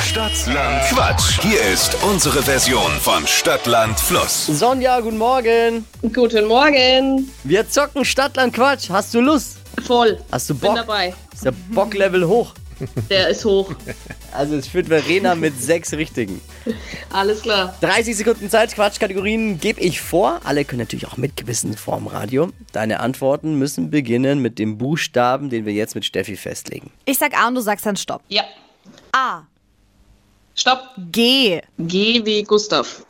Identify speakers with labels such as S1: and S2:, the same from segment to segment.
S1: Stadtland Quatsch. Hier ist unsere Version von Stadtland Fluss.
S2: Sonja, guten Morgen.
S3: Guten Morgen.
S2: Wir zocken Stadtland Quatsch. Hast du Lust?
S3: Voll.
S2: Hast du
S3: Bin
S2: Bock?
S3: dabei.
S2: Ist der Bocklevel hoch?
S3: Der ist hoch.
S2: Also es führt Verena mit sechs Richtigen.
S3: Alles klar.
S2: 30 Sekunden Zeit, Quatschkategorien gebe ich vor. Alle können natürlich auch mitgewissen vorm Radio. Deine Antworten müssen beginnen mit dem Buchstaben, den wir jetzt mit Steffi festlegen.
S4: Ich sag A und du sagst dann Stopp.
S3: Ja.
S4: A.
S3: Stopp.
S4: G.
S3: G wie Gustav.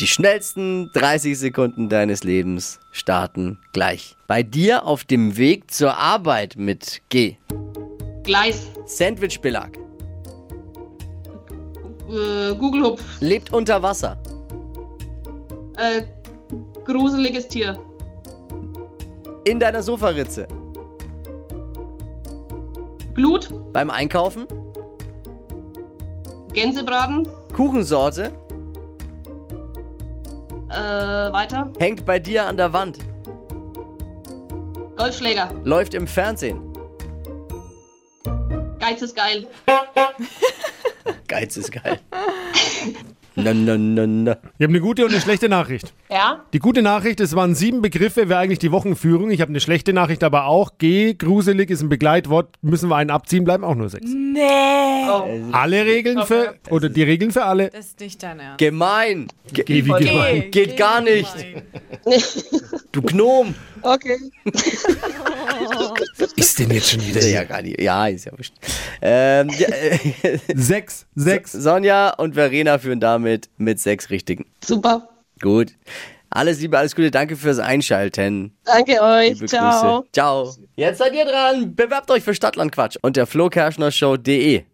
S2: Die schnellsten 30 Sekunden deines Lebens starten gleich. Bei dir auf dem Weg zur Arbeit mit G.
S3: Gleis.
S2: Sandwichbelag.
S3: Äh, Google Hupf.
S2: Lebt unter Wasser.
S3: Äh, gruseliges Tier.
S2: In deiner Sofaritze.
S3: Blut.
S2: Beim Einkaufen.
S3: Gänsebraten.
S2: Kuchensorte.
S3: Äh, weiter.
S2: Hängt bei dir an der Wand.
S3: Golfschläger.
S2: Läuft im Fernsehen.
S3: Geiz ist geil.
S2: Geiz ist geil. na, na, na, na.
S5: Ich habe eine gute und eine schlechte Nachricht.
S3: Ja.
S5: Die gute Nachricht, es waren sieben Begriffe, wäre eigentlich die Wochenführung. Ich habe eine schlechte Nachricht aber auch. G, gruselig ist ein Begleitwort, müssen wir einen abziehen, bleiben auch nur sechs.
S4: Nee.
S3: Oh.
S5: Alle Regeln für, oder die Regeln für alle.
S4: Das ist nicht dein Ernst.
S2: Gemein. Ge
S5: G wie gemein.
S2: geht gar nicht. Du Gnom.
S3: Okay.
S5: Ist denn jetzt schon wieder
S2: Ja, gar nicht. Ja, ist ja wurscht. Ähm, ja, äh,
S5: Sechs, sechs.
S2: Sonja und Verena führen damit mit sechs Richtigen.
S3: Super.
S2: Gut. Alles Liebe, alles Gute. Danke fürs Einschalten.
S3: Danke euch.
S2: Liebe Grüße. Ciao. Jetzt seid ihr dran. Bewerbt euch für Stadtlandquatsch unter flokerschnershow.de.